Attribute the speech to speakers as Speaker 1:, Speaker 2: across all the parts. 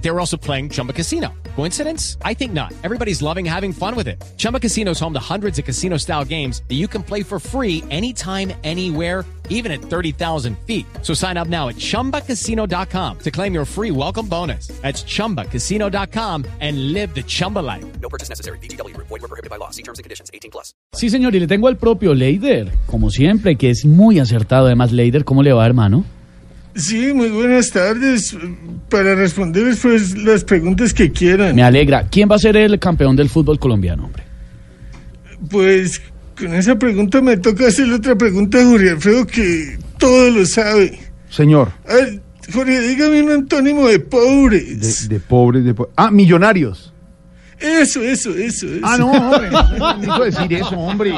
Speaker 1: They were also playing Chumba Casino. Coincidence? I think not. Everybody's loving having fun with it. Chumba Casino is home to hundreds of casino style games that you can play for free anytime, anywhere even at 30,000 feet. So sign up now at ChumbaCasino.com to claim your free welcome bonus. That's ChumbaCasino.com and live the Chumba life.
Speaker 2: No purchase necessary. BGW. Void were prohibited by law. See terms and conditions. 18 plus.
Speaker 3: Sí, señor, y le tengo al propio Leider, como siempre, que es muy acertado. Además, Leider, ¿cómo le va, hermano?
Speaker 4: Sí, muy buenas tardes. Para responder pues las preguntas que quieran.
Speaker 3: Me alegra. ¿Quién va a ser el campeón del fútbol colombiano, hombre?
Speaker 4: Pues con esa pregunta me toca hacer otra pregunta a Jorge Alfredo que todo lo sabe.
Speaker 5: Señor,
Speaker 4: A ver, Jorge, dígame un antónimo de pobres.
Speaker 5: de, de pobres, de po- Ah, millonarios.
Speaker 4: Eso, eso, eso, eso.
Speaker 5: Ah, no, hombre, no necesito decir eso, hombre.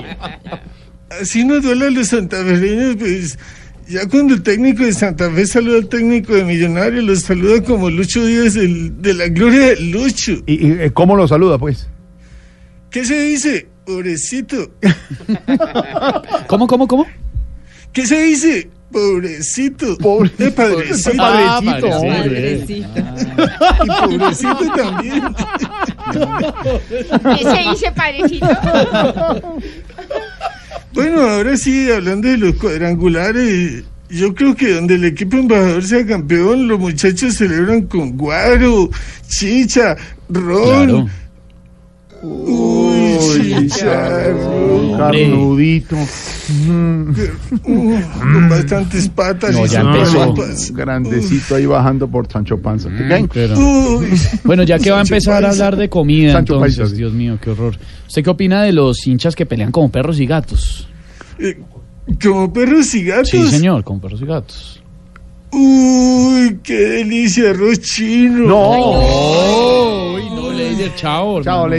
Speaker 4: Así nos duele a los santafereños, pues ya cuando el técnico de Santa Fe saluda al técnico de Millonarios, los saluda como Lucho Díaz, el, de la gloria de Lucho.
Speaker 5: ¿Y, y, eh, cómo lo saluda, pues?
Speaker 4: ¿Qué se dice? Pobrecito.
Speaker 3: ¿Cómo, cómo, cómo?
Speaker 4: ¿Qué se dice? Pobrecito.
Speaker 5: Pobre-
Speaker 4: Eh, padrecito.
Speaker 3: Ah,
Speaker 5: Padrecito,
Speaker 3: padrecito.
Speaker 5: hombre.
Speaker 4: Y pobrecito también.
Speaker 6: ¿Qué se dice parecido?
Speaker 4: Bueno, ahora sí, hablando de los cuadrangulares, yo creo que donde el equipo embajador sea campeón, los muchachos celebran con guaro, chicha,
Speaker 3: Claro.
Speaker 4: ron. Uy, chicha, ron.
Speaker 5: Carnudito.
Speaker 4: Uh, con bastantes patas
Speaker 3: No,
Speaker 4: y
Speaker 3: ya
Speaker 4: son
Speaker 3: empezó.
Speaker 4: papas.
Speaker 5: Grandecito ahí bajando por Sancho Panza. ¿Qué caen?
Speaker 3: Pero-
Speaker 4: Uy,
Speaker 3: Bueno, ya que va a
Speaker 4: Sancho
Speaker 3: empezar a
Speaker 4: Panza.
Speaker 3: hablar de comida,
Speaker 5: Sancho Panza,
Speaker 3: entonces,
Speaker 5: sí.
Speaker 3: Dios mío, qué horror. ¿Usted qué opina de los hinchas que pelean como perros y gatos?
Speaker 4: eh, como perros y gatos.
Speaker 3: Sí, señor, como perros y gatos.
Speaker 4: Uy, qué delicia, arroz chino.
Speaker 5: No.
Speaker 3: Uy, no, Leider, chao.
Speaker 5: Chao,